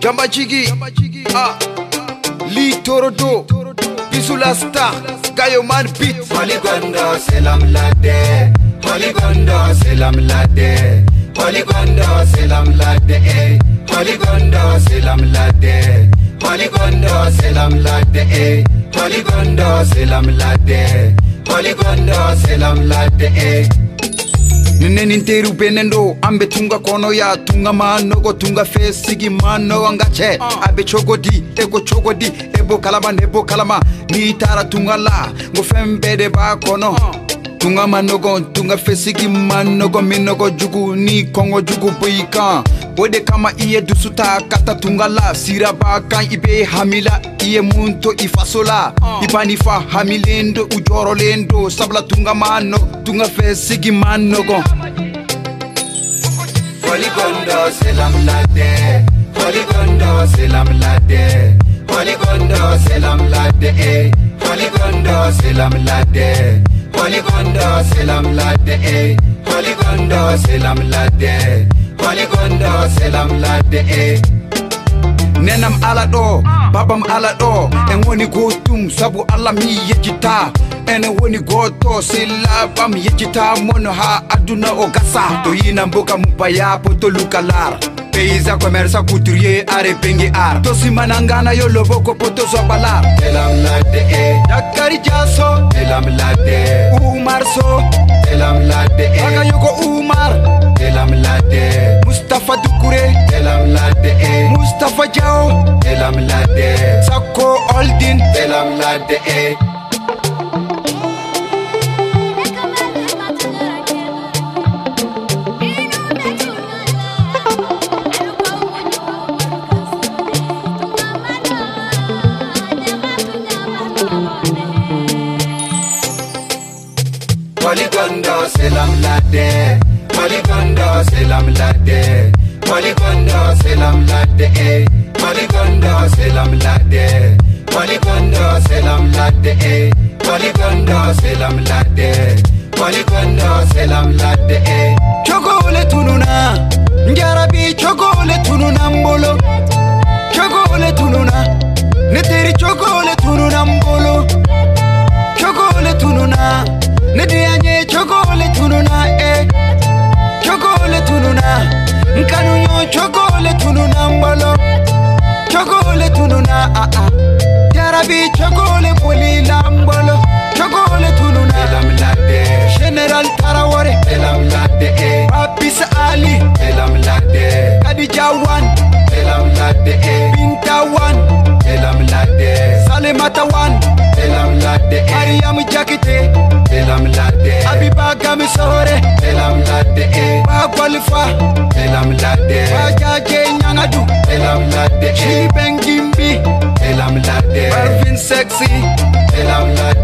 Jamba Chigi, ah, Lee Torodo, Bisula Star, Gayo Man Beat. Poligondo selam lade Poligondo selam lade Poligondo selam lade eh. Poligondo selam lade Poligondo selam lade eh. Poligondo selam lade Poligondo selam lade eh. nene nin teriw be nen do an be tunga kɔnɔya tunga ma nɔgɔ tunga fɛ sigi ma nɔgɔ nka cɛ a be cogo di e ko cogo di e b'o kalama ne b'o kalama n'i taara tunga la n ko fɛn bɛɛ de b'a kɔnɔ tunga ma nɔgɔ tunga fɛ sigi ma nɔgɔ min nɔgɔ jugu ni kɔngɔ jugu bo i kan o de kama i ye dusu ta ka ta tunga la sira b'a kan i be hamila i ye mun to i faso la Ah. i b'a n'i fa hamilen do u jɔrɔlen do sabula tunga ma nɔ tunga fɛ sigi ma nɔgɔn Poligondo selam lade Poligondo selam lade Poligondo selam lade eh. Poligondo selam lade Poligondo selam lade eh. Poligondo selam lade Poligondo selam lade eh. nenam ala ɗo babam ala ɗo en woni gotum sabu allah mi yejjita ene woni goto sillabam yejjita mon ha aduna o gasa to yina mboka mubayapo to lukalar paysa commerça couturier are bengi ar to simanangana yo lobo ko poto sobalar Selam lade e. eh. dakari jaso Selam lade umar so e. Selam lade eh. aga yogo umar Selam lade mustapha dukure Selam lade eh. mustapha diao Selam lade sakko oldin Selam lade eh. Poligondo selam lade Poligondo selam lade Poligondo selam lade eh. Poligondo selam lade Poligondo selam lade eh. Poligondo selam lade Poligondo selam lade eh. cogole tununa njarabi cogole tununa mbolo cogole tununa neteri cogole tununa mbolo cogole tununa nedeyanye cogole tununa e cogole tununa nkanunyo cogole tununa mbolo cogole tununa ah, aa jarabi cogole bolila mbolo cogole tununa Selam lade general tarawore Selam lade eh. Abisa Ali, Selam lade Khadija Wan, Selam lade eh. Binta Wan, Selam lade Salimata Wan, Selam lade eh. Mariam Jakite, Selam lade Abiba Gamisore, Selam lade eh. Bakwalifa, Selam lade Bajaje Nyangadu, Selam lade eh. Chiben Gimbi, Selam lade Marvin Sexy, Selam Ah. Ah. lade